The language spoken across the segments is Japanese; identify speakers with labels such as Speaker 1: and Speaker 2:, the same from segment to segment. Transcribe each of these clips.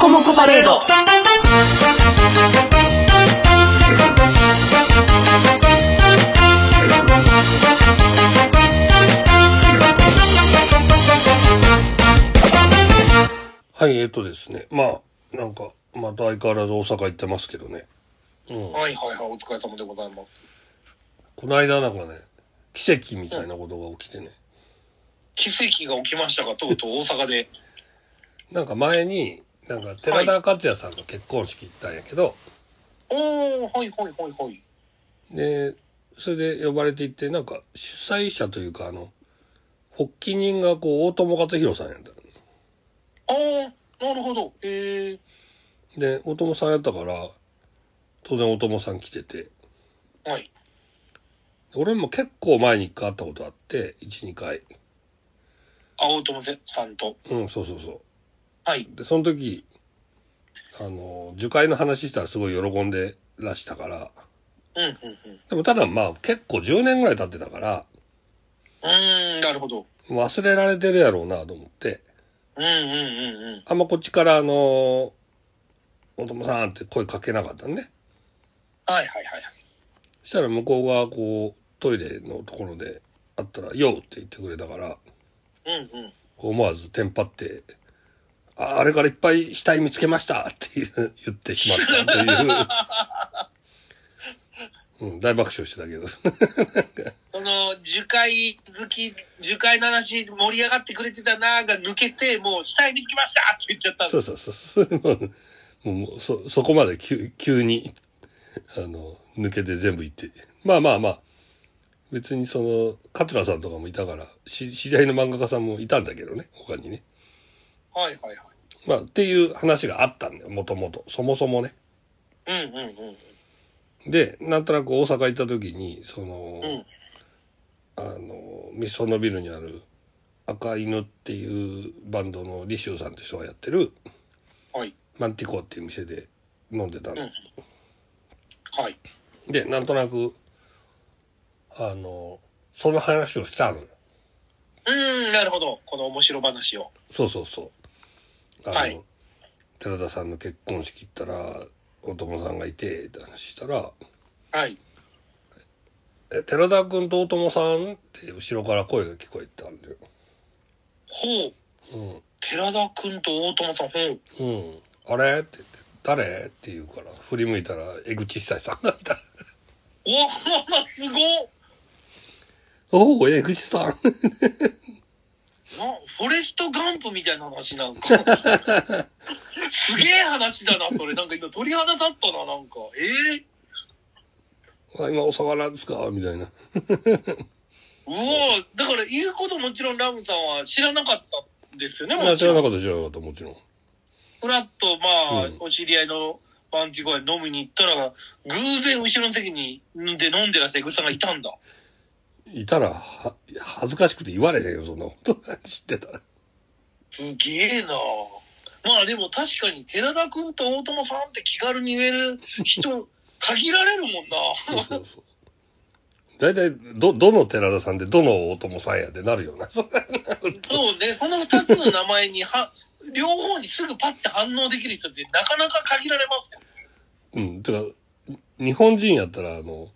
Speaker 1: コモコパレード。
Speaker 2: はい、えっとですね。まあ、なんか、また相変わらず大阪行ってますけどね。うん。
Speaker 3: はいはいはい、お疲れ様でございます。
Speaker 2: この間なんかね、奇跡みたいなことが起きてね。
Speaker 3: 奇跡が起きましたが、とうとう大阪で。
Speaker 2: なんか前に、なんか寺田克也さんの結婚式行ったんやけど、
Speaker 3: おー、はいはいはいはい。
Speaker 2: で、それで呼ばれて行って、なんか主催者というか、あの、発起人がこう、大友克洋さんやったのね。
Speaker 3: あー、なるほど。へー。
Speaker 2: で、大友さんやったから、当然大友さん来てて、
Speaker 3: はい。
Speaker 2: 俺も結構前に一回会ったことあって、1、2回。
Speaker 3: 青友さんと。
Speaker 2: うん、そうそうそう。
Speaker 3: はい。
Speaker 2: で、その時、あの、受会の話したらすごい喜んでらしたから、
Speaker 3: うんうんうん。
Speaker 2: でもただまあ結構10年ぐらい経ってたから、
Speaker 3: うーん、なるほど。
Speaker 2: 忘れられてるやろうなと思って、
Speaker 3: うんうんうんうん。
Speaker 2: あんまこっちからあの、お友さんって声かけなかったんね。
Speaker 3: はいはいはいはい。
Speaker 2: そしたら向こうがこう、トイレのところで会ったら、ようって言ってくれたから、
Speaker 3: うんうん。
Speaker 2: 思わずテンパって、ああれからいっぱい死体見つけましたっていう言ってしまったとい う。うん、大爆笑してたけど。
Speaker 3: その、樹海好き、樹海の話盛り上がってくれてたなーが抜けて、もう死体見つけましたって言っちゃったん
Speaker 2: そ
Speaker 3: で
Speaker 2: うそうそう。もうもうそ、そこまで急急に、あの、抜けて全部行って。まあまあまあ、別にその、桂さんとかもいたから、し知り合いの漫画家さんもいたんだけどね、他にね。
Speaker 3: はいはいはい。
Speaker 2: まあ、っていう話があったんだよ、もともと。そもそもね。
Speaker 3: うんうんうん。
Speaker 2: で、なんとなく大阪行った時に、その、
Speaker 3: うん。
Speaker 2: あの、ミソノビルにある赤犬っていうバンドのリシューさんって人がやってる
Speaker 3: はい。
Speaker 2: マンティコっていう店で飲んでた
Speaker 3: う
Speaker 2: の。
Speaker 3: ん。はい。
Speaker 2: で、なんとなく、あの、その話をしたの。
Speaker 3: うーん、なるほど。この面白話を。
Speaker 2: そうそうそう。あの、
Speaker 3: はい
Speaker 2: 寺田さんの結婚式行ったら、お友さんがいて、って話したら、
Speaker 3: はい。
Speaker 2: え、寺田君とお友さんって後ろから声が聞こえてたんだよ。
Speaker 3: ほう。
Speaker 2: うん。
Speaker 3: 寺田君と大友さん、ほう。
Speaker 2: うん。あれって言って、誰って言うから、振り向いたら江口久志さんがいた。
Speaker 3: おー、すごっ
Speaker 2: おお、江口さん。
Speaker 3: な、フォレストガンプみたいな話なん か。すげえ話だな、それ。なんか今鳥肌立ったな、なんか。え
Speaker 2: あ今お魚ですかみたいな。
Speaker 3: えうわーだから言うこともちろんラムさんは知らなかったんですよね、
Speaker 2: いや
Speaker 3: も
Speaker 2: 知
Speaker 3: ちろ
Speaker 2: ら
Speaker 3: ん。
Speaker 2: なかった、知らなかった、もちろん。
Speaker 3: フラッと、まあ、
Speaker 2: うん
Speaker 3: お知り合いのパンティコアで飲みに行ったら、偶然後ろの席に、で飲んでらしたエグさんがいたんだ。
Speaker 2: いたら、は、恥ずかしくて言われへんよ、そんなこと。 知ってた。
Speaker 3: すげえなまあでも確かに寺田君と大友さんって気軽に言える人、限られるもん
Speaker 2: そう
Speaker 3: な。
Speaker 2: そうそう。大体、ど、どの寺田さんで、どの大友さんやってなるよな。
Speaker 3: そうね、その二つの名前には、両方にすぐパッて反応できる人ってなかなか限られますよ。
Speaker 2: うん。てか、日本人やったら、あの、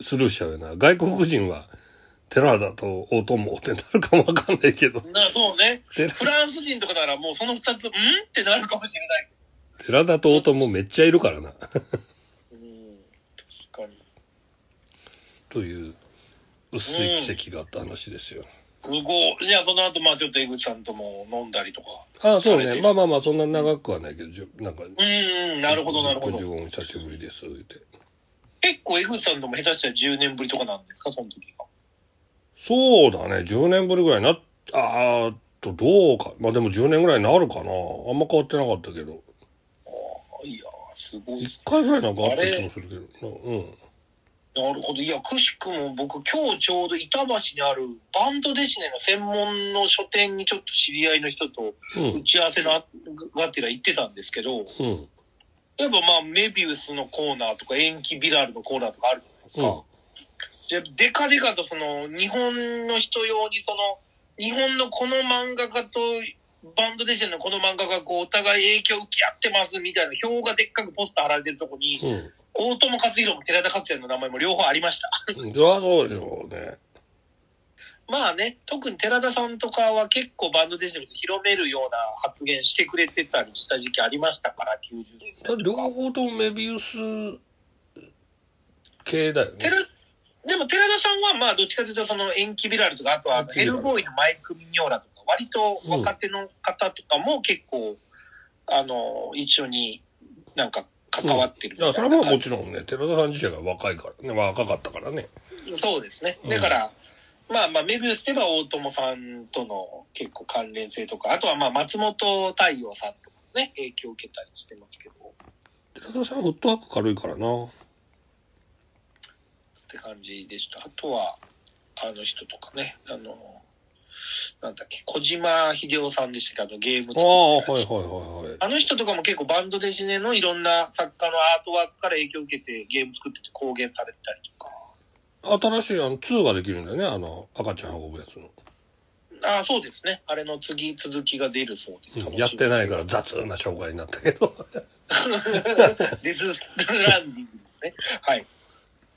Speaker 2: スルーしちゃうよな。外国人は、寺田と大友ってなるかもわかんないけど、
Speaker 3: なそうね。
Speaker 2: 寺
Speaker 3: フランス人とかならもうその二つ、んってなるかもしれないけ
Speaker 2: 寺田と大友めっちゃいるからな。
Speaker 3: ど。うん、確かに。
Speaker 2: という、薄い奇跡があった話ですよ。
Speaker 3: すごい。じゃあその後、まあちょっと江口さんとも飲んだりとか。
Speaker 2: ああ、そう
Speaker 3: 食べ
Speaker 2: ね。
Speaker 3: て
Speaker 2: まあまあまあ、そんな長くはないけど、じゅなんか、
Speaker 3: うんうん、なるほど、なるほ
Speaker 2: 10分
Speaker 3: ど。
Speaker 2: 15分久しぶりです、言って。
Speaker 3: 結構江口さんとも下手したら10年ぶりとかなんですか、その時が。
Speaker 2: そうだね、10年ぶりぐらいな、あーっと、どうか、まあでも10年ぐらいになるかな。あんま変わってなかったけど。
Speaker 3: あいやー、すごいっす
Speaker 2: 1回ぐらいなんかあった気もするけど。うん。
Speaker 3: なるほど。いや、くしくも僕、今日ちょうど板橋にあるバンドデシネの専門の書店にちょっと知り合いの人と
Speaker 2: う
Speaker 3: 打
Speaker 2: ん。
Speaker 3: ち合わせのあがてら行ってたんですけど、
Speaker 2: うん。
Speaker 3: 例えばまあ、メビウスのコーナーとか、延期ビラルのコーナーとかあるじゃないですか。
Speaker 2: うん
Speaker 3: で、でかでかとその、日本の人用にその、日本のこの漫画家とバンドデジェンのこの漫画がこうお互い影響受け合ってますみたいな表がでっかくポスター貼られてるとこに、
Speaker 2: うん。
Speaker 3: 大友克洋も寺田克也の名前も両方ありました。
Speaker 2: そりゃそうでしょうね。
Speaker 3: まあね、特に寺田さんとかは結構バンドデジェルで広めるような発言してくれてたりした時期ありましたから、90年
Speaker 2: だ両方ともメビウス系だよね。
Speaker 3: 寺でも寺田さんはまあどっちかというとその延期ビラルとか、あとはヘルボーイのマイク・ミニョーラとか、割と若手の方とかも結構、あの、一緒になんか関わってる
Speaker 2: い
Speaker 3: みたい
Speaker 2: や、
Speaker 3: な
Speaker 2: それはもうもちろんね、寺田さん自身が若いからね、若かったからね。
Speaker 3: そうですね
Speaker 2: う。ん
Speaker 3: だから、まあまあ、メビウスでは大友さんとの結構関連性とか、あとはまあ、松本太陽さんとかね、影響を受けたりしてますけど、っ
Speaker 2: 寺田さんフットワーク軽いからな。
Speaker 3: て感じでした。あとは、あの人とかね、あの、なんだっけ、小島秀夫さんでしたっけ、あのゲーム
Speaker 2: ああ、
Speaker 3: 作
Speaker 2: は
Speaker 3: っ
Speaker 2: い
Speaker 3: て
Speaker 2: は
Speaker 3: ら
Speaker 2: い
Speaker 3: っしゃる
Speaker 2: はいはい。
Speaker 3: あの人とかも結構バンドデジネのいろんな作家のアートワークから影響を受けてゲーム作ってて公言されてたりとか。
Speaker 2: 新しいあの2ができるんだよね、あの赤ちゃん運ぶやつの。
Speaker 3: ああ、そうですね。あれの次、続きが出るそうで楽しみ
Speaker 2: うんやってないから雑な紹介になったけど。
Speaker 3: デススランディングですね。はい。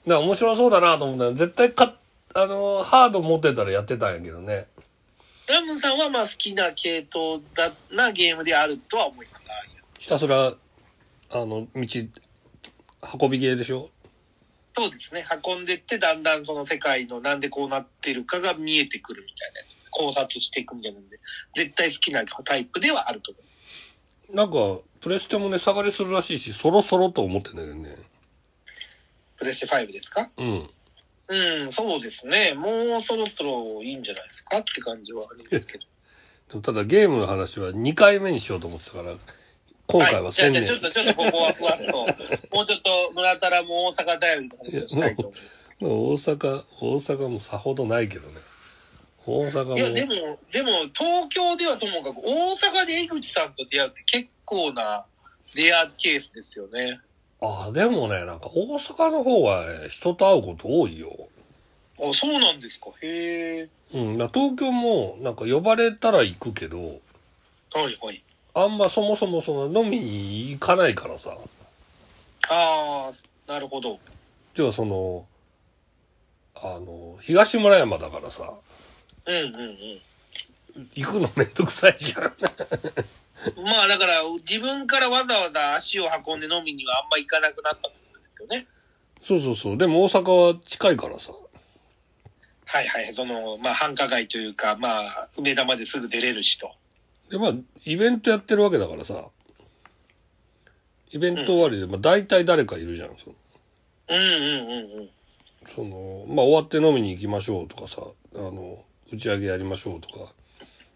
Speaker 2: なんか面白そうだなと思ったら、絶対か、あの、ハード持ってたらやってたんやけどね。
Speaker 3: ラムさんはまあ好きな系統だなゲームであるとは思います。ああいう
Speaker 2: ひたすら、あの、道、運び芸でしょ
Speaker 3: そうですね。運んでって、だんだんその世界のなんでこうなってるかが見えてくるみたいなやつ。考察していくみたいなんで、絶対好きなタイプではあると思いま
Speaker 2: なんか、プレステもね、下がりするらしいし、そろそろと思ってんだけどね。
Speaker 3: す。プレステ5ですか
Speaker 2: うん。
Speaker 3: うん、そうですね。もうそろそろいいんじゃないですかって感じはありますけど。
Speaker 2: でもただゲームの話は2回目にしようと思ってたから、今回は
Speaker 3: 千
Speaker 2: 千
Speaker 3: 年。
Speaker 2: 年。
Speaker 3: じゃあじゃあちょっと、ちょっとここはふわっと。もうちょっと村田らも大阪頼りの話をしたいと思います。
Speaker 2: まあ大阪、大阪もさほどないけどね。大阪も。
Speaker 3: いや、でも、でも、東京ではともかく、大阪で江口さんと出会うって結構なレアケースですよね。
Speaker 2: ああ、でもね、なんか大阪の方は人と会うこと多いよ。
Speaker 3: あ、そうなんですか。へえ。
Speaker 2: うん、だから東京もなんか呼ばれたら行くけど、
Speaker 3: はいはい。
Speaker 2: あんまそもそもその飲みに行かないからさ。
Speaker 3: ああ、なるほど。
Speaker 2: じゃあその、あの、東村山だからさ、
Speaker 3: うんうん
Speaker 2: 行くのめんどくさいじゃん。
Speaker 3: うん。まあ、だから、自分からわざわざ足を運んで飲みにはあんま行かなくなったってことですよね。
Speaker 2: そうそうそう。でも大阪は近いからさ。
Speaker 3: はいはい。その、まあ、繁華街というか、まあ、梅田まですぐ出れるしと。
Speaker 2: で、まあ、イベントやってるわけだからさ、イベント終わりで、まあ、大体誰かいるじゃん。その、
Speaker 3: うんうんうんうん。
Speaker 2: そのまあ、終わって飲みに行きましょうとかさ、あの、打ち上げやりましょうとか、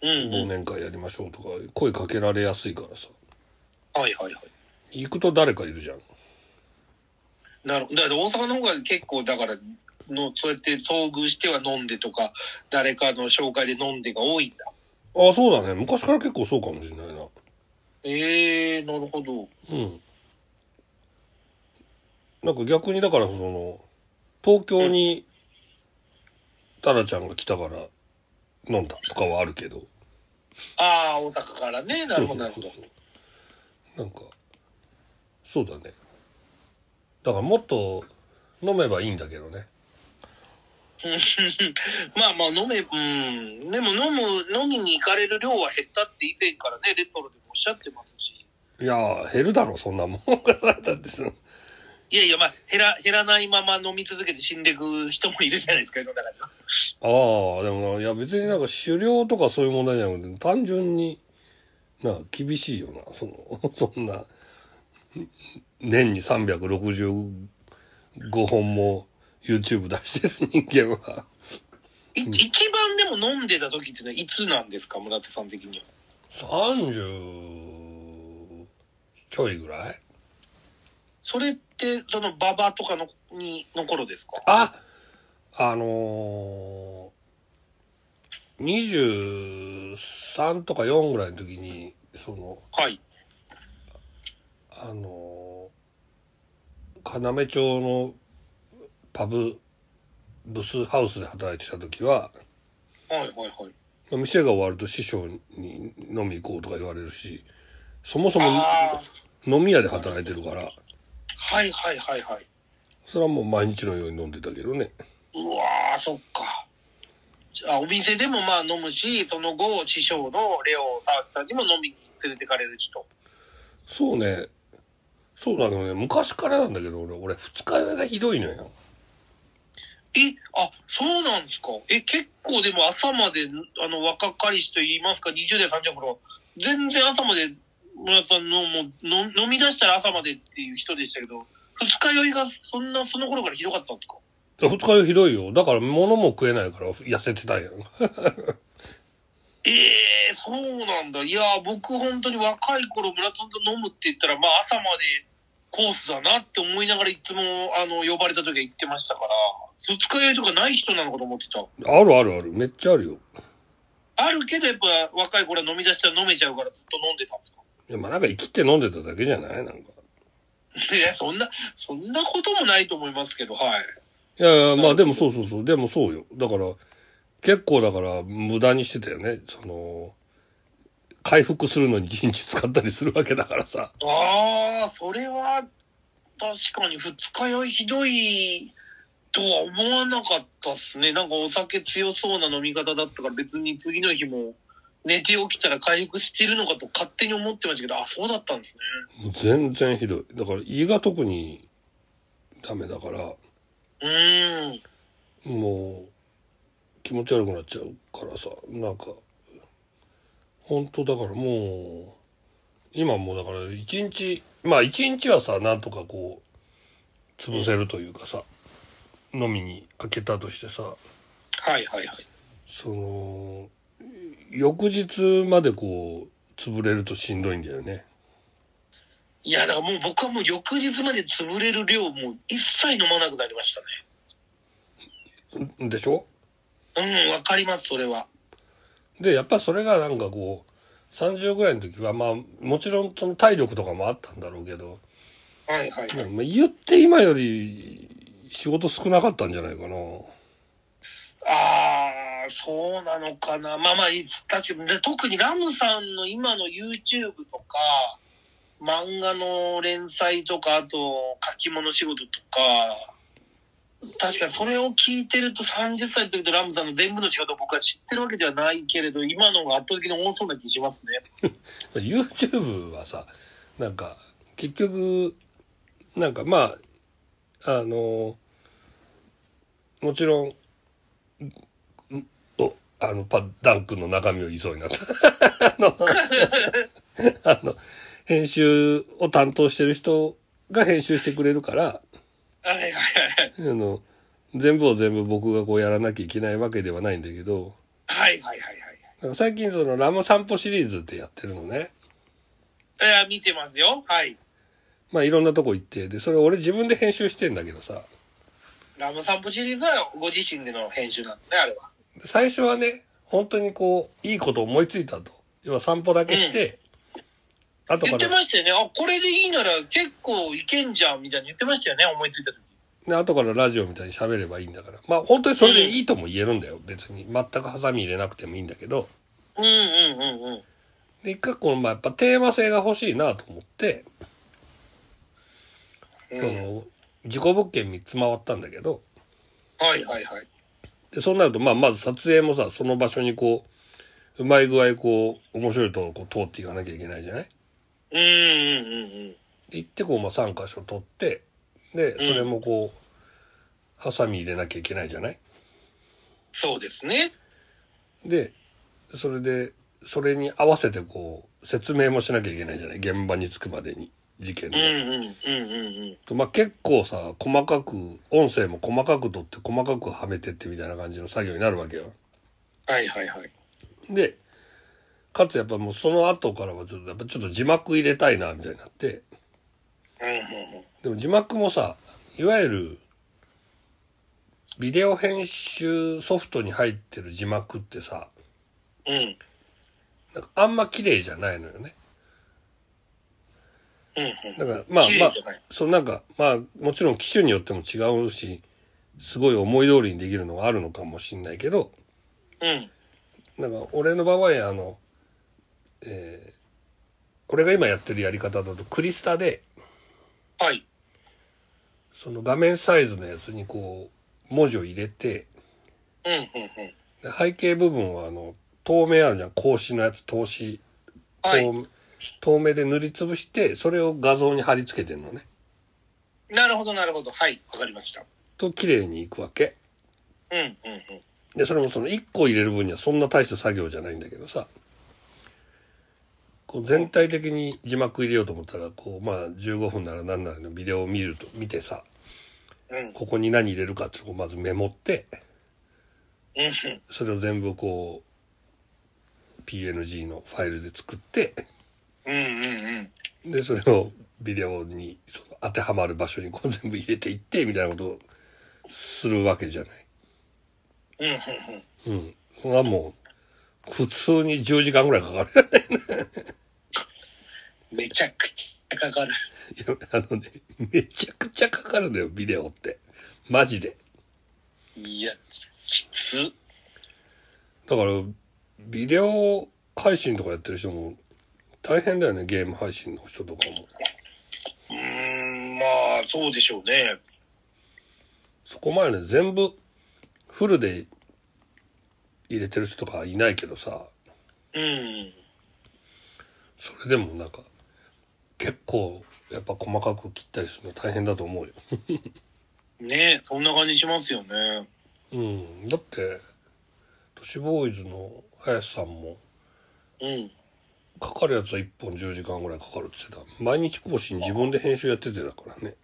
Speaker 3: うん、う
Speaker 2: 忘
Speaker 3: ん。はい
Speaker 2: 年会やりましょうとか、声かけられやすいからさ、
Speaker 3: はいはい。
Speaker 2: 行くと誰かいるじゃん。
Speaker 3: なるほど。だから大阪の方が結構、だからの、そうやって遭遇しては飲んでとか、誰かの紹介で飲んでが多いんだ。
Speaker 2: ああ、そうだね。昔から結構そうかもしれないな。
Speaker 3: ええー、なるほど。
Speaker 2: うん。なんか逆にだから、その、東京に、タラちゃんが来たから、飲んだとかはあるけど。
Speaker 3: ああ、大阪からね。なるほど、なるほ ど
Speaker 2: そう。そうそうなんか、そうだね。だからもっと飲めばいいんだけどね。
Speaker 3: まあまあ、飲め、うん。でも飲む、飲みに行かれる量は減ったって以前からね、レトロでもおっしゃってますし。
Speaker 2: いやー、減るだろ、そんなもん。 だってその
Speaker 3: いやいや、まあ、減ら、減らないまま飲み続けて死んでいく人もいるじゃないですか、世の中には。
Speaker 2: ああ、でもな、いや別になんか狩猟とかそういう問題じゃなくて、単純に、な、厳しいよな、その、 そんな、年に365本も YouTube 出してる人間は。
Speaker 3: い一番でも飲んでた時ってのはいつなんですか、村田さん的には。
Speaker 2: 30ちょいぐらい
Speaker 3: それって、その、馬場とかの、に、の頃ですか
Speaker 2: ああのー、23とか4ぐらいの時に、その、
Speaker 3: はい。
Speaker 2: あのー、要町のパブ、ブスハウスで働いてた時は、
Speaker 3: はいはいはい。
Speaker 2: 店が終わると師匠に飲み行こうとか言われるし、そもそも
Speaker 3: あ
Speaker 2: 飲み屋で働いてるから、
Speaker 3: あ、はいはいはいはい。
Speaker 2: それはもう毎日のように飲んでたけどね。
Speaker 3: うわー、そっか。じゃあ、お店でもまあ飲むし、その後、師匠のレオ沢木さんにも飲みに連れてかれるしと。
Speaker 2: そうね。そうだけどね、昔からなんだけど、俺、俺、二日酔いがひどいのよ。
Speaker 3: え、あ、そうなんですか。え、結構でも朝まで、あの、若かりしと言いますか、20代、30代の頃、全然朝まで、村田さんの、もうの、飲み出したら朝までっていう人でしたけど、二日酔いがそんな、その頃からひどかったんですか
Speaker 2: 二日酔いひどいよ。だから、物も食えないから、痩せてたやん。
Speaker 3: ええそうなんだ。いやー、僕本当に若い頃、村田さんと飲むって言ったら、まあ朝までコースだなって思いながらいつも、あの、呼ばれた時は行ってましたから、二日酔いとかない人なのかと思ってた。
Speaker 2: あるあるある。めっちゃあるよ。
Speaker 3: あるけど、やっぱ若い頃は飲み出したら飲めちゃうからずっと飲んでたんですか
Speaker 2: いや、まあ、なんか生きて飲んでただけじゃないなんか。
Speaker 3: いや、そんな、そんなこともないと思いますけど、はい。
Speaker 2: いやいや、まあ、でもそうそうそう。でもそうよ。だから、結構だから、無駄にしてたよね。その、回復するのに一日使ったりするわけだからさ。
Speaker 3: ああ、それは、確かに二日酔いひどいとは思わなかったっすね。なんかお酒強そうな飲み方だったから別に次の日も寝て起きたら回復してるのかと勝手に思ってましたけど、あ、そうだったんですね。
Speaker 2: もう全然ひどい。だから、胃が特にダメだから、
Speaker 3: うーん。
Speaker 2: もう気持ち悪くなっちゃうからさなんか本当だからもう今もうだから一日まあ一日はさなんとかこう潰せるというかさ、飲みに明けたとしてさ
Speaker 3: はいはいはい。
Speaker 2: その翌日までこう潰れるとしんどいんだよね
Speaker 3: いや、だからもう僕はもう翌日まで潰れる量もう一切飲まなくなりました
Speaker 2: でしょ
Speaker 3: ね。うん、わかります、それは。
Speaker 2: でやっぱそれがなんかこう30ぐらいの時はまあもちろんその体力とかもあったんだろうけど
Speaker 3: はいはいはい。
Speaker 2: まあ言って今より仕事少なかったんじゃないかな。
Speaker 3: ああ、そうなのかな。まあまあ、いつ確かに、で特にラムさんの今の YouTube とか、漫画の連載とか、あと、書き物仕事とか、確かにそれを聞いてると30歳の時とラムさんの全部の仕事を僕は知ってるわけではないけれど、今の方が圧倒的に多そうな気しますね。
Speaker 2: YouTube はさ、なんか、結局、なんかまあ、あの、もちろん、うおあの、パダン君の中身を言いそうにな った。あの、あの、編集を担当してる人が編集してくれるから、
Speaker 3: はいはいはい。
Speaker 2: あの、全部を全部僕がこうやらなきゃいけないわけではないんだけど、
Speaker 3: はいはいはいはい。
Speaker 2: 最近そのラム散歩シリーズってやってるのね。
Speaker 3: いや、見てますよ。はい。
Speaker 2: まあいろんなとこ行って、で、それ俺自分で編集してんだけどさ、
Speaker 3: ラム散歩シリーズはご自身での編集なんですね、あれは。
Speaker 2: で最初はね、本当にこう、いいこと思いついたと。要は散歩だけして、後
Speaker 3: 言
Speaker 2: か
Speaker 3: って
Speaker 2: ら、
Speaker 3: ましたよね。あ、これでいいなら結構いけんじゃんみたいに言ってましたよね、思いついた時。
Speaker 2: ね、後からラジオみたいに喋ればいいんだから。まあ本当にそれでいいとも言えるんだよ、別に。全くハサミ入れなくてもいいんだけど。
Speaker 3: うんうんうんうん。
Speaker 2: で、一回この、まあやっぱテーマ性が欲しいなと思って、そ
Speaker 3: うん
Speaker 2: の、事故物件3つ回ったんだけど、
Speaker 3: はいはいはい。
Speaker 2: で、そうなると、まあ、まず撮影もさ、その場所にこう、うまい具合こう、面白いとここう通っていかなきゃいけないじゃない
Speaker 3: うんうんうんうん。
Speaker 2: で行ってこう、まあ、3箇所撮って、で、それもこう、ハサミ入れなきゃいけないじゃない
Speaker 3: そうですね。
Speaker 2: で、それで、それに合わせてこう、説明もしなきゃいけないじゃない現場に着くまでに、事件
Speaker 3: うん
Speaker 2: の。
Speaker 3: うんうんうんうん。
Speaker 2: とまあ、結構さ、細かく、音声も細かく取って、細かくはめてってみたいな感じの作業になるわけよ。
Speaker 3: はいはいはい。
Speaker 2: で、かつやっぱもうその後からはちょっと、やっぱちょっと字幕入れたいな、みたいになって。
Speaker 3: うんうんうん。
Speaker 2: でも字幕もさ、いわゆる、ビデオ編集ソフトに入ってる字幕ってさ、
Speaker 3: うん
Speaker 2: なんかあんま綺麗じゃないのよね。
Speaker 3: うん
Speaker 2: だから
Speaker 3: うん。
Speaker 2: まあ
Speaker 3: 綺
Speaker 2: ま
Speaker 3: 麗
Speaker 2: あ
Speaker 3: じ、ゃない。
Speaker 2: そうなんか、まあもちろん機種によっても違うし、すごい思い通りにできるのがあるのかもしんないけど、
Speaker 3: うん。
Speaker 2: なんか俺の場合あの、えー、俺が今やってるやり方だとクリスタで
Speaker 3: はい。
Speaker 2: その画面サイズのやつにこう文字を入れて
Speaker 3: うん、うん、うん。
Speaker 2: で背景部分はあの透明あるじゃん格子のやつ透視、
Speaker 3: はい。
Speaker 2: 透透明で塗りつぶしてそれを画像に貼り付けてるのね
Speaker 3: なるほど、なるほど。はい。わかりました。
Speaker 2: と綺麗にいくわけ
Speaker 3: うん、うん、うん。
Speaker 2: でそれもその1個入れる分にはそんな大した作業じゃないんだけどさこう全体的に字幕入れようと思ったらこうまあ15分なら何なりのビデオを見ると見てさ
Speaker 3: うん、
Speaker 2: ここに何入れるかっていうのをまずメモって
Speaker 3: うん、うん。
Speaker 2: それを全部こう PNG のファイルで作って
Speaker 3: うん、うん、うん。
Speaker 2: でそれをビデオにその当てはまる場所にこう全部入れていってみたいなことをするわけじゃない。
Speaker 3: うん、うん、うん。
Speaker 2: うん。それはもう普通に10時間ぐらいかかるよね。
Speaker 3: めちゃくちゃかかる。
Speaker 2: いや、あのね、めちゃくちゃかかるのよ、ビデオって。マジで。
Speaker 3: いや、きつ。
Speaker 2: だから、ビデオ配信とかやってる人も大変だよね、ゲーム配信の人とかも。
Speaker 3: うーん、まあ、そうでしょうね。
Speaker 2: そこまでね、全部フルで入れてる人とかいないけどさ、
Speaker 3: うん。
Speaker 2: それでもなんか、結構、やっぱ細かく切ったりするの大変だと思うよ。
Speaker 3: ねそんな感じしますよね。
Speaker 2: うん。だって、都市ボーイズの林さんも、
Speaker 3: うん。
Speaker 2: かかるやつは1本10時間ぐらいかかるって言ってた毎日更新自分で編集やっててだからね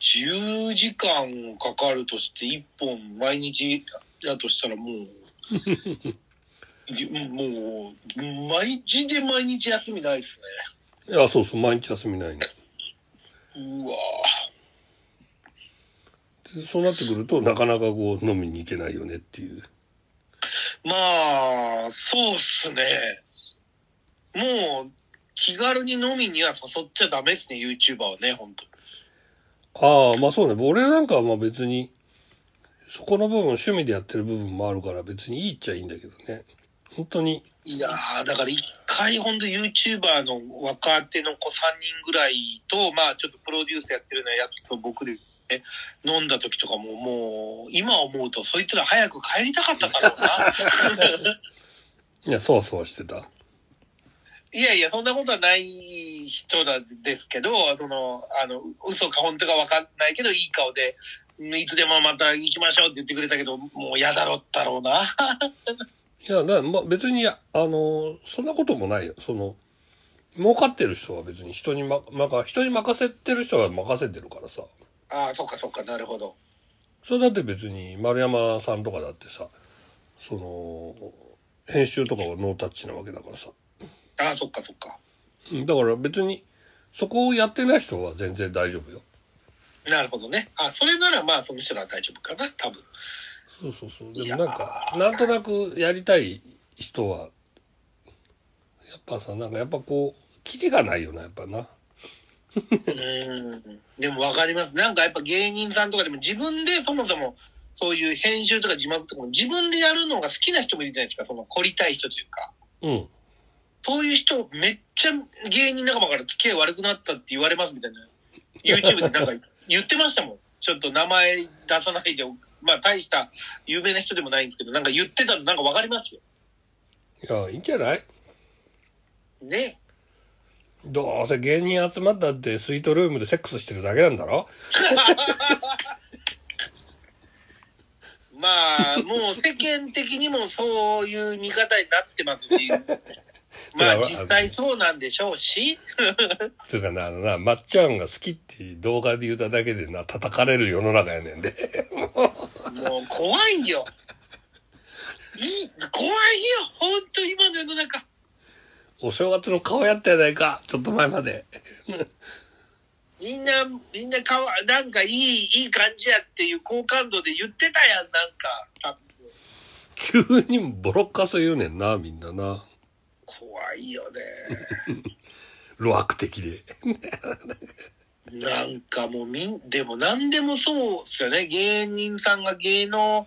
Speaker 3: 10時間かかるとして、1本毎日だとしたらもう、いもう、毎日で毎日休みないです
Speaker 2: いやそうそう毎日休みないの
Speaker 3: ね。うわ
Speaker 2: でそうなってくるとなかなかこう飲みに行けないよねっていう
Speaker 3: ぁまあ、そうっすね。もう、気軽に飲みには誘っちゃダメですね、YouTuber はね、本
Speaker 2: あ
Speaker 3: 当
Speaker 2: あまあそうね俺なんかはまあ別にそこの部分趣味でやってる部分もあるから別にいいっちゃいいんだけどね本当に
Speaker 3: いやー、だから一回、ほんと YouTuber の若手の子3人ぐらいと、まあちょっとプロデュースやってるようなやつと僕で、ね、飲んだ時とかも、もう、今思うと、そいつら早く帰りたかっただろうな。
Speaker 2: いやそわそわしてた
Speaker 3: いやいや、そんなことはない人なんですけど、その、あの、嘘か本当かわかんないけど、いい顔で、いつでもまた行きましょうって言ってくれたけど、もう嫌だろったろうな。
Speaker 2: いやだ、まあ、別にあのそんなこともないよその儲かってる人は別に人に,、ま、まか人に任せてる人は任せてるからさ
Speaker 3: ああ、そっかそっか、なるほど。
Speaker 2: それだって別に丸山さんとかだってさその編集とかはノータッチなわけだからさ
Speaker 3: ああ、そっかそっか。
Speaker 2: うんだから別にそこをやってない人は全然大丈夫よ
Speaker 3: なるほどね。あ、それならまあ、その人らは大丈夫かな、多分。
Speaker 2: そうそうそう
Speaker 3: い
Speaker 2: で
Speaker 3: や
Speaker 2: も
Speaker 3: ー
Speaker 2: なんかなんとなくやりたい人はやっぱさなんかやっぱこうキリがないよなやっぱな
Speaker 3: うん。でもわかります。なんかやっぱ芸人さんとかでも自分でそもそも、そういう編集とか字幕とかも自分でやるのが好きな人もいるじゃないですか、その凝りたい人というか。
Speaker 2: うん
Speaker 3: そういう人、めっちゃ芸人仲間から付き合い悪くなったって言われますみたいな。YouTube でなん か言ってましたもん。ちょっと名前出さないで、まあ大した有名な人でもないんですけど、なんか言ってたのなんかわかりますよ。
Speaker 2: いやいいんじゃない
Speaker 3: ね。
Speaker 2: どうせ芸人集まったってスイートルームでセックスしてるだけなんだろ
Speaker 3: まあ、もう世間的にもそういう見方になってますし、まあ実際そうなんでしょうし、
Speaker 2: つうかな、あのな、まっちゃんが好きって動画で言っただけでな、叩かれる世の中やねんで。
Speaker 3: もう怖いよ。いい怖いよ、本当今の世の中。
Speaker 2: お正月の顔やったやないか、ちょっと前まで。
Speaker 3: みんな、みんなかわ、なんかいい、いい感じやっていう好感度で言ってたやん、なんか。あ
Speaker 2: 急にボロッカス言うねんな、みんなな。
Speaker 3: 怖いよね。
Speaker 2: 露悪的で。
Speaker 3: なんかもうみん、でも何でもそうっすよね。芸人さんが芸能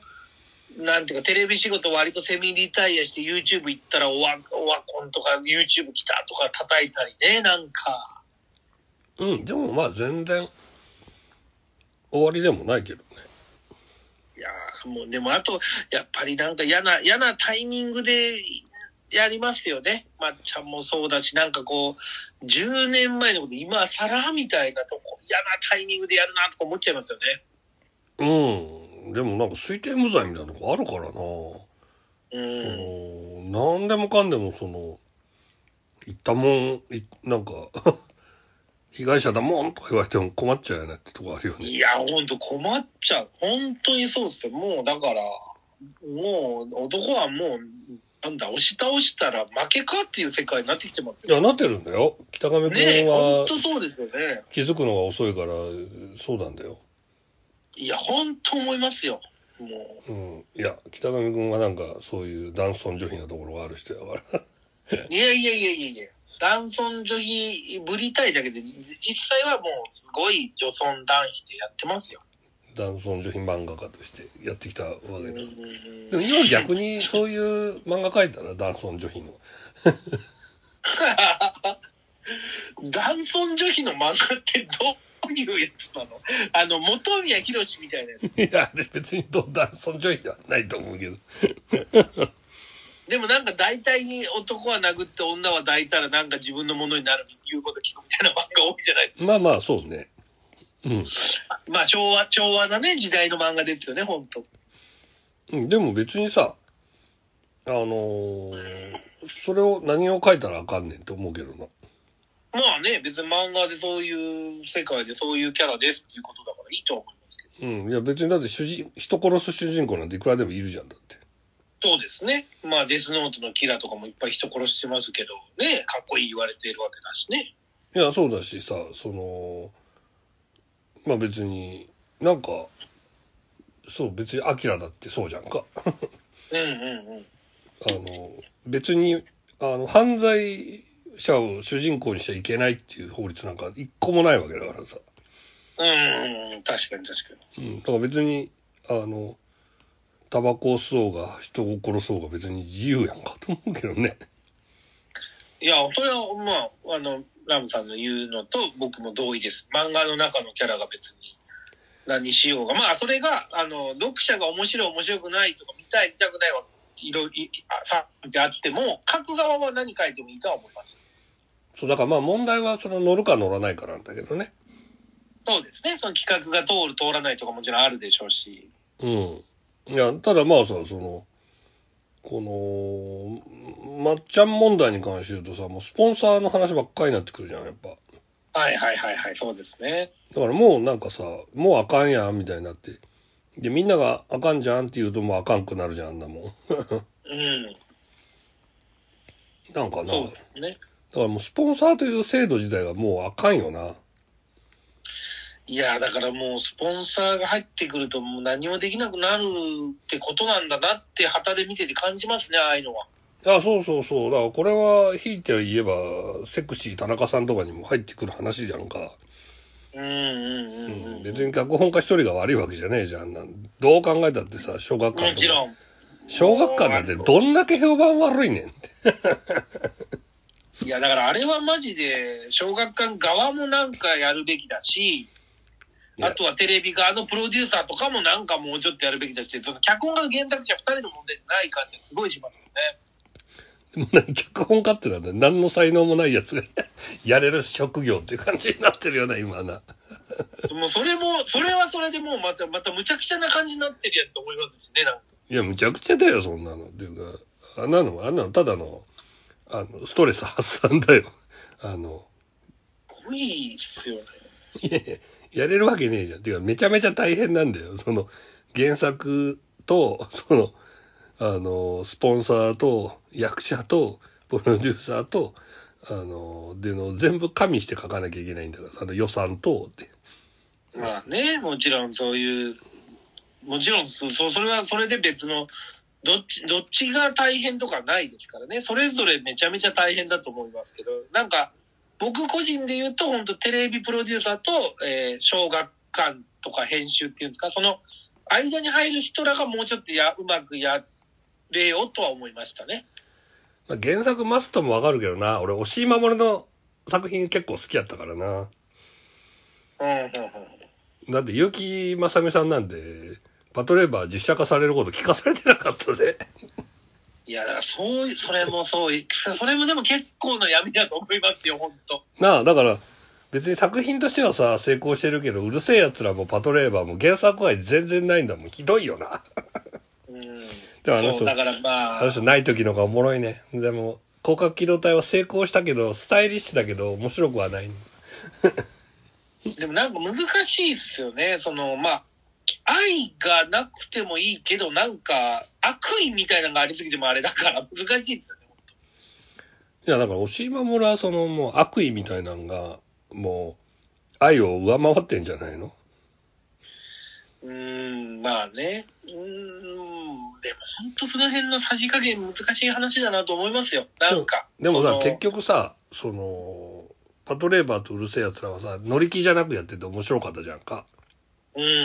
Speaker 3: なんていうか、テレビ仕事割とセミリタイアして YouTube 行ったらオワ、オワコンとか YouTube 来たとか叩いたりね、なんか。
Speaker 2: うん、でもまあ全然終わりでもないけどね。
Speaker 3: いやーもうでもあと、やっぱりなんか嫌な、嫌なタイミングでやりますよね。まっちゃんもそうだし、なんかこう、10年前のこと、今更みたいなとこ、嫌なタイミングでやるなとか思っちゃいますよね。
Speaker 2: うん、でもなんか推定無罪みたいなとこあるからな。
Speaker 3: うん。
Speaker 2: その何でもかんでもその言ったもんいなんか 被害者だもんとか言われても困っちゃうよねってとこあるよね
Speaker 3: いや、ほんと困っちゃう。本当にそうですよ。もうだから、もう男はもう、なんだ、押し倒したら負けかっていう世界になってきてます
Speaker 2: いや
Speaker 3: よ。
Speaker 2: なってるんだよ北上君
Speaker 3: ねえ、ほ
Speaker 2: は
Speaker 3: んとそうですよね。
Speaker 2: 気づくのが遅いからそうなんだよ、
Speaker 3: いや、ほんと思いますよ。もう。
Speaker 2: うん、いや北上君はなんかそういう男尊女卑なところがある人やから
Speaker 3: いやいやいやいやいや、男尊女卑ぶりたいだけで、実際はもうすごい女尊男卑でやってますよ。
Speaker 2: 男尊女卑漫画家としてやってきたわ
Speaker 3: う
Speaker 2: けだ、
Speaker 3: ん
Speaker 2: でも今逆にそういう漫画描いたら男尊女卑の
Speaker 3: 男尊女卑の漫画ってどういうやつなのあの、本宮宏みたいなや
Speaker 2: いやあれ別にど男尊女卑ではないと思うけど
Speaker 3: つ。でもなんか大体に男は殴って女は抱いたらなんか自分のものになるいうこと聞くみたいな漫画多いじゃないです
Speaker 2: まあまあそうねうん
Speaker 3: か。まあ昭和、昭和なね、時代の漫画ですよね、本当
Speaker 2: うん、でも別にさ、あのーそれを何を書いたらあかんねんって思うけどな。
Speaker 3: まあね、別に漫画でそういう世界でそういうキャラですっていうことだからいいとは思いますけど。
Speaker 2: うん、いや別にだって主人、人殺す主人公なんていくらでもいるじゃんだって。
Speaker 3: そうですね。まあ、デスノートのキラとかもいっぱい人殺してますけど、ね、かっこいい言われているわけだしね。
Speaker 2: いや、そうだしさ、その、まあ別に、なんか、そう、別にアキラだってそうじゃんか。あ
Speaker 3: うんうんうん。
Speaker 2: の、別に、あの、犯罪者を主人公にしちゃいけないっていう法律なんか一個もないわけだからさ。
Speaker 3: うんうんうん、確かに確かに。
Speaker 2: うん、だから別に、あの、タバコを吸おうが、人を殺そうが別に自由やんかと思うけどね。
Speaker 3: いや、それは、まあ、あの、ラムさんの言うのと僕も同意です。漫画の中のキャラが別に何しようが。まあ、それが、あの、読者が面白い面白くないとか、見たい見たくないは、いろい、あさってあっても、書く側は何書いてもいいとは思います。
Speaker 2: そう、だからまあ問題はその乗るか乗らないかなんだけどね。
Speaker 3: そうですね。その企画が通る通らないとかもちろんあるでしょうし。
Speaker 2: うん。いや、ただまあさ、その、この、まっちゃん問題に関して言うとさ、もうスポンサーの話ばっかりになってくるじゃん、やっぱ。
Speaker 3: はいはいはいはい、そうですね。
Speaker 2: だからもうなんかさ、もうあかんやん、みたいになって。で、みんながあかんじゃんって言うともうあかんくなるじゃん、あんなもん。
Speaker 3: うん、
Speaker 2: なんかな。
Speaker 3: そうですね。
Speaker 2: だからもうスポンサーという制度自体がもうあかんよな。
Speaker 3: いや、だからもう、スポンサーが入ってくると、もう何もできなくなるってことなんだなって、旗で見てて感じますね、ああいうのは。
Speaker 2: あそうそうそう。だからこれは、ひいては言えば、セクシー田中さんとかにも入ってくる話じゃんか。
Speaker 3: うんう
Speaker 2: う
Speaker 3: んうん、うん
Speaker 2: ん、別に脚本家一人が悪いわけじゃねえじゃん。なんどう考えたってさ、小学館
Speaker 3: もちろん。
Speaker 2: 小学館なんてどんだけ評判悪いねんって。
Speaker 3: いや、だからあれはマジで、小学館側もなんかやるべきだし、
Speaker 2: いや
Speaker 3: あとはテレビ側のプロデューサーとかもなんかもうちょっとやるべきだし、その脚本家の原作じゃ2人の問題じゃない感じがすごいしますよ
Speaker 2: で
Speaker 3: ね。
Speaker 2: も何脚本家ってなんだ何の才能もないやつが やれる職業っていう感じになってるよな、今はな。
Speaker 3: もうそれも、それはそれでもうまた、またむちゃくちゃな感じになってるやんと思いますしね、なんか。
Speaker 2: いや、むちゃくちゃだよ、そんなの。というか、あんなの、あんなの、ただの、あの、ストレス発散だよ。あの、
Speaker 3: すごいっすよね。
Speaker 2: いやいややれるわけねえじゃん。ていうか、めちゃめちゃ大変なんだよ。その、原作と、その、あの、スポンサーと、役者と、プロデューサーと、あの、での、全部加味して書かなきゃいけないんだから、あの、予算と、って。
Speaker 3: まあね、もちろんそういう、もちろんそ、そそれはそれで別の、どっち、どっちが大変とかないですからね。それぞれめちゃめちゃ大変だと思いますけど、なんか、僕個人で言うと、本当テレビプロデューサーと、えー小学館とか編集っていうんですか、その、間に入る人らがもうちょっとやうまくやれよとは思いましたね。
Speaker 2: まあ、原作マストもわかるけどな、俺、押井守の作品結構好きやったからな。
Speaker 3: うんうんうん。
Speaker 2: だって、結城正美さんなんで、パトレーバー実写化されること聞かされてなかったで。
Speaker 3: いや、だからそうい、それもそうい、それもでも結構な闇だと思いますよ、本当
Speaker 2: なあ、だから、別に作品としてはさ、成功してるけど、うるせえ奴らもパトレーバーも原作愛全然ないんだもん。ひどいよな。
Speaker 3: うん。
Speaker 2: でもあの人
Speaker 3: そう、だからま
Speaker 2: あ
Speaker 3: あ
Speaker 2: の、人ない時のがおもろいね。でも、広角機動隊は成功したけど、スタイリッシュだけど、面白くはない。
Speaker 3: でもなんか難しいですよね。その、まあ、愛がなくてもいいけど、なんか、悪意みたいなのがありすぎてもあれだから難しいですよね。
Speaker 2: いや、だから、押井守は、その、もう、悪意みたいなんが、もう、愛を上回ってんじゃないの
Speaker 3: うーん、まあね。うーん、でも本当その辺のさじ加減難しい話だなと思いますよ。なんか。
Speaker 2: でも
Speaker 3: そ
Speaker 2: さ
Speaker 3: の、
Speaker 2: 結局さ、その、パトレーバーとうるせえ奴らはさ、乗り気じゃなくやってて面白かったじゃんか。
Speaker 3: うんうんう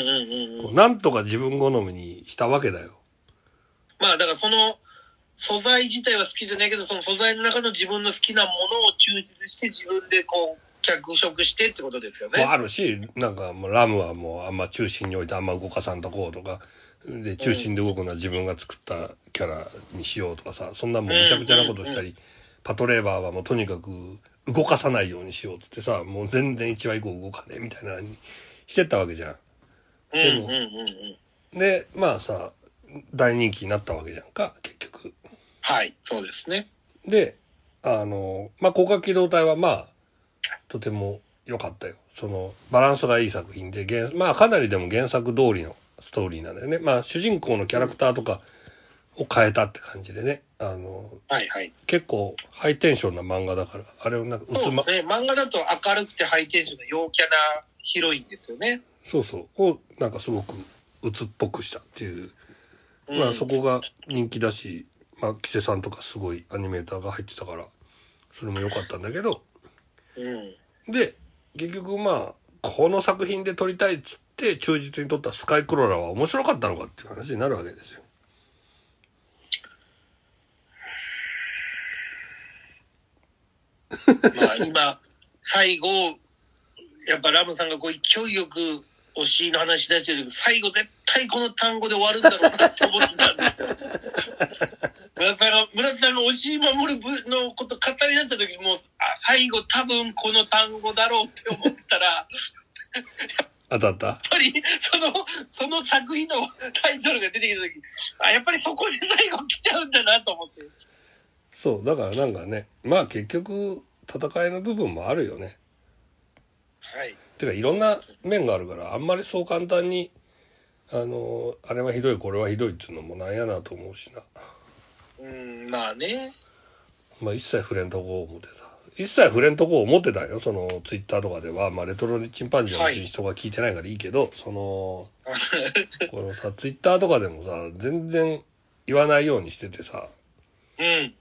Speaker 3: ん
Speaker 2: こ
Speaker 3: う。
Speaker 2: うんなんとか自分好みにしたわけだよ。
Speaker 3: まあだからその、素材自体は好きじゃないけど、その素材の中の自分の好きなものを抽出して自分でこう、脚色してってことですよね。
Speaker 2: もあるし、なんかもうラムはもうあんま中心に置いてあんま動かさんとこうとか、で、中心で動くのは自分が作ったキャラにしようとかさ、そんなもうむちゃくちゃなことしたり、パトレーバーはもうとにかく動かさないようにしようっつってさ、もう全然1話以降動かねえみたいなのにしてったわけじゃ
Speaker 3: うんうんうんうん。
Speaker 2: ん。で、まあさ、大人気になったわけじゃんか、結局。
Speaker 3: はい、そうですね。
Speaker 2: で、あの、まあ、広角機動隊はまあ、とても良かったよ。その、バランスがいい作品で、原まあ、かなりでも原作通りのストーリーなんだよね。まあ、主人公のキャラクターとかを変えたって感じでね。あの、
Speaker 3: はいはい。
Speaker 2: 結構ハイテンションな漫画だから、あれをなんか、う
Speaker 3: そ
Speaker 2: つ
Speaker 3: う
Speaker 2: ま
Speaker 3: で、すね。漫画だと明るくてハイテンションの陽キャなヒロインですよね。
Speaker 2: そうそう、をなんかすごく鬱っぽくしたっていう、
Speaker 3: うん
Speaker 2: まあ、そこが人気だし、まあ、キセさんとかすごいアニメーターが入ってたから、それも良かったんだけど、
Speaker 3: うん。
Speaker 2: で、結局まあ、この作品で撮りたいっつって、忠実に撮ったスカイクロラは面白かったのかっていう話になるわけですよ。
Speaker 3: まあ今、最後、やっぱラムさんがこう勢いよく推しの話出してるけど、最後絶対この単語で終わるんだろうなって思ってたんですよ。村田さんが、村田さんが推し守る部のこと語り出した時もう、あ、最後多分この単語だろうって思ったら、
Speaker 2: 当たった
Speaker 3: やっぱり、その、その作品のタイトルが出てきたとき、あ、やっぱりそこで最後来ちゃうんだなと思って。
Speaker 2: そう、だからなんかね、まあ結局、戦いの部分もあるよね。
Speaker 3: はい。
Speaker 2: てか、いろんな面があるから、あんまりそう簡単に、あの、あれはひどい、これはひどいっていうのもなんやなと思うしな。
Speaker 3: うん、まあね。
Speaker 2: まあ一切触れんとこ思ってた。一切触れんとこ思ってたよ。その、ツイッターとかでは、まあレトロチンパンジーのうちに人が聞いてないからいいけど、その、このさ、ツイッターとかでもさ、全然言わないようにしててさ、
Speaker 3: うん。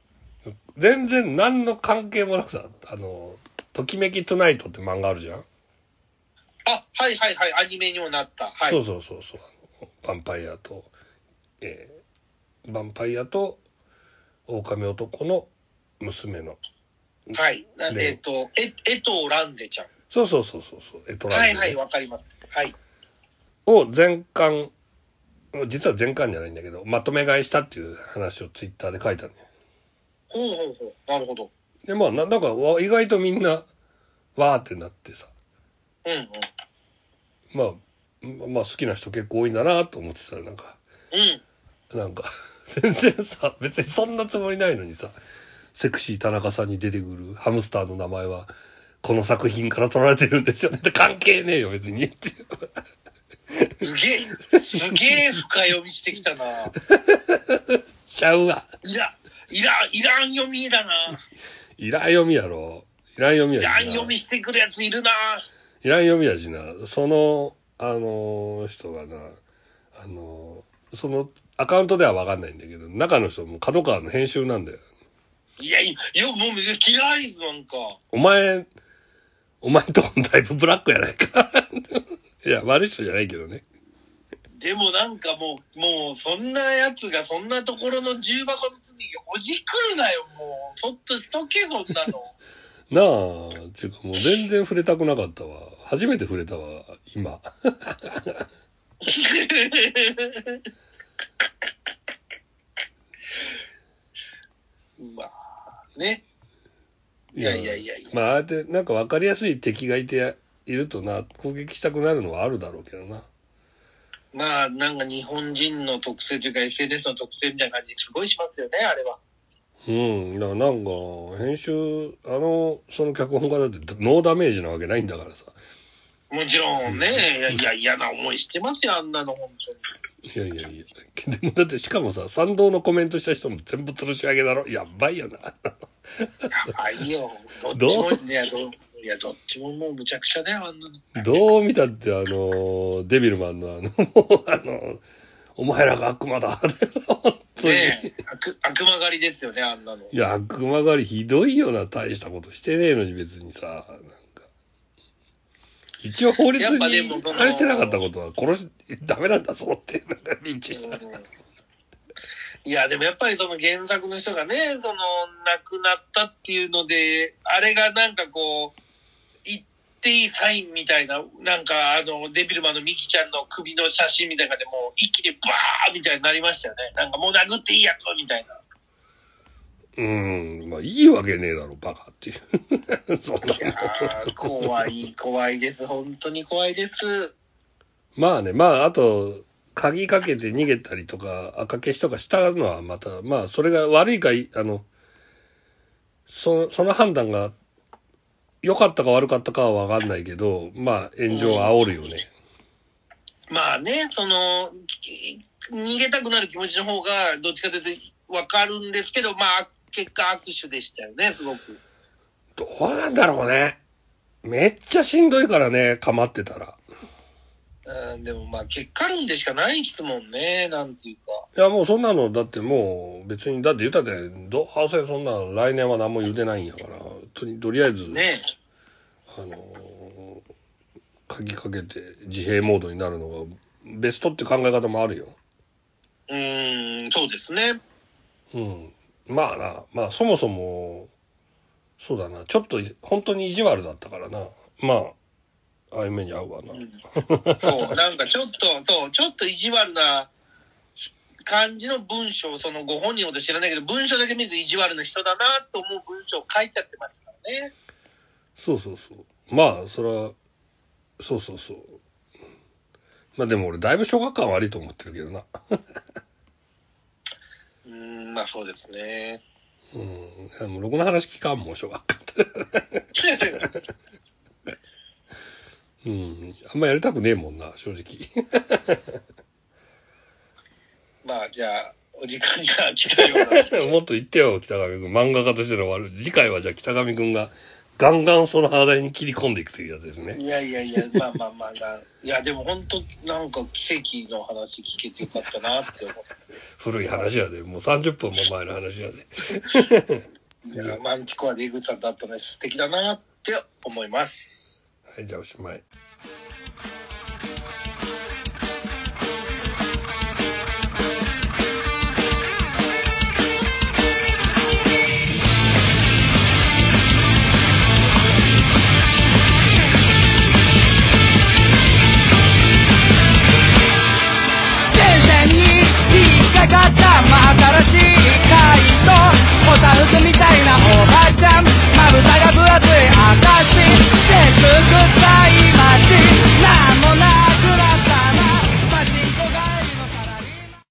Speaker 2: 全然何の関係もなくさ、あの、ときめきトゥナイトって漫画あるじゃん、
Speaker 3: あ、はいはいはい、アニメにもなった。はい。
Speaker 2: そうそうそうそう。あのヴァンパイアと、えー、ヴァンパイアと、狼男の娘の。
Speaker 3: はい。なんで、
Speaker 2: ね
Speaker 3: えっと、え、えとランデちゃん。
Speaker 2: そうそうそうそうそう、エトラ
Speaker 3: は
Speaker 2: ン
Speaker 3: い
Speaker 2: ド
Speaker 3: は
Speaker 2: ね
Speaker 3: い、わかります。はい。
Speaker 2: を全巻、実は全巻じゃないんだけど、まとめ買いしたっていう話をツイッターで書いたんだよ
Speaker 3: ほうほうほう。なるほど。
Speaker 2: で、まあ、ななんか、わ意外とみんな、わーってなってさ、
Speaker 3: うんうん。
Speaker 2: まあ、まあ好きな人結構多いんだなと思ってたらなんか、
Speaker 3: うん。
Speaker 2: なんか、 全然さ、別にそんなつもりないのにさ、セクシー田中さんに出てくるハムスターの名前は、この作品から取られてるんですよねって 関係ねえよ、別に。 っていう
Speaker 3: すげ え、すげえ深読みしてきたな。
Speaker 2: しちゃうわ。
Speaker 3: いら、いら、いらん読みだな。
Speaker 2: イラン読みやろ。イラン読み
Speaker 3: い
Speaker 2: や
Speaker 3: らん
Speaker 2: しな。
Speaker 3: 読みしてくるやついるな。
Speaker 2: イラン読みやしな。その、あの人がな、あのそのアカウントでは分かんないんだけど、中の人も角川の編集なんだよ。
Speaker 3: いや、いや、もう嫌いです、なんか。
Speaker 2: お前、 お前んとこだいぶブラックやないか。いや、悪い人じゃないけどね。
Speaker 3: でもなんかもう、もうそんなやつがそんなところの重箱の罪ほじくるなよ、もう。そっとしとけ、そんなの。
Speaker 2: なあ、っていうかもう全然触れたくなかったわ。初めて触れたわ、今。
Speaker 3: まあ、ね。いやいやいやいや。
Speaker 2: まあ、ああやってなんか分かりやすい敵がいているとな、攻撃したくなるのはあるだろうけどな。
Speaker 3: まあ、なんか日本人の特性というか SNS の特性みたいな感じ、すごいしますよね、あれは。
Speaker 2: うん、だからなんか、編集、あの、その脚本家だってノーダメージなわけないんだからさ。
Speaker 3: もちろんね、いやいや、嫌な思いしてますよ、あんなの、本当に。
Speaker 2: いやいやいや。でもだってしかもさ、賛同のコメントした人も全部吊るし上げだろ。やばいよな。
Speaker 3: やばいよ。 どっちも、いや、どいやどっちももうむちゃくちゃだよ、あんなの。
Speaker 2: どう見たって、あの、デビルマンのあの、もうあの、お前らが悪魔だ。本当に。
Speaker 3: ねえ、悪悪魔狩りですよね、あんなの。
Speaker 2: いや、悪魔狩りひどいよな。大したことしてねえのに別にさ、なんか。一応法律
Speaker 3: やっぱで
Speaker 2: に
Speaker 3: もその
Speaker 2: 反してなかったことは殺し、ダメなんだぞって、なんか認知した。
Speaker 3: いや、でもやっぱりその原作の人がね、その亡くなったっていうので、あれがなんかこう、言っていいサインみたいな、なんかあの、デビルマンのミキちゃんの首の写真みたいなのでもう一気にバーみたいになりましたよね。なんかもう殴っていいやつみたいな。
Speaker 2: うん、まあいいわけねえだろ、バカっていう。 そんなもん
Speaker 3: いやー怖い、怖いです。本当に怖いです。
Speaker 2: まあね、まああと、鍵かけて逃げたりとか、赤消しとかしたのはまた、まあそれが悪いかい、あの、そその判断が良かったか悪かったかは分かんないけど、まあ炎上は煽るよね。
Speaker 3: まあね、その、き逃げたくなる気持ちの方が、どっちかというと分かるんですけど、まあ、結果握手でしたよね、すごく。
Speaker 2: どうなんだろうね。めっちゃしんどいからね、構ってたら。
Speaker 3: うん、でもまあ、結果論でしかないですもんね、なんていうか。
Speaker 2: いやもうそんなの、だってもう別に、だって言ったって、どうせそんな来年は何も言うてないんやから、とりとりあえず、
Speaker 3: ね
Speaker 2: あのー鍵かけて自閉モードになるのがベストって考え方もあるよ。
Speaker 3: うん、そうですね。
Speaker 2: うん。まあな、まあそもそも、そうだな、ちょっと本当に意地悪だったからな。まあ、ああいう目に遭うわな。
Speaker 3: うんそう、なんかちょっと、そう、ちょっと意地悪な感じの文章、そのご本人のこと知らないけど、文章だけ見ると意地悪な人だなと思う文章を書いちゃってますからね。
Speaker 2: そうそうそう。まあ、それは、そうそうそう。まあでも俺、だいぶ小学館悪いと思ってるけどな。
Speaker 3: うん、まあそうですね。
Speaker 2: うん。もうろくな話聞かんもん、小学館って。うん。あんまやりたくねえもんな、正直。
Speaker 3: まあじゃあ、お時間が来たようなので。
Speaker 2: もっと言ってよ、北上くん。漫画家としての悪い。次回はじゃあ北上くんがガンガンその話題に切り込んでいくというやつですね。
Speaker 3: いやいやいや、まあまあまあな、いやでも本当、なんか奇跡の話聞けてよかったなって思っ
Speaker 2: 古い話やで。もう30分も前の話やで。
Speaker 3: て、いやマンティコアで井口さんだったね、素敵だなって思います。
Speaker 2: はい、じゃあおしまい。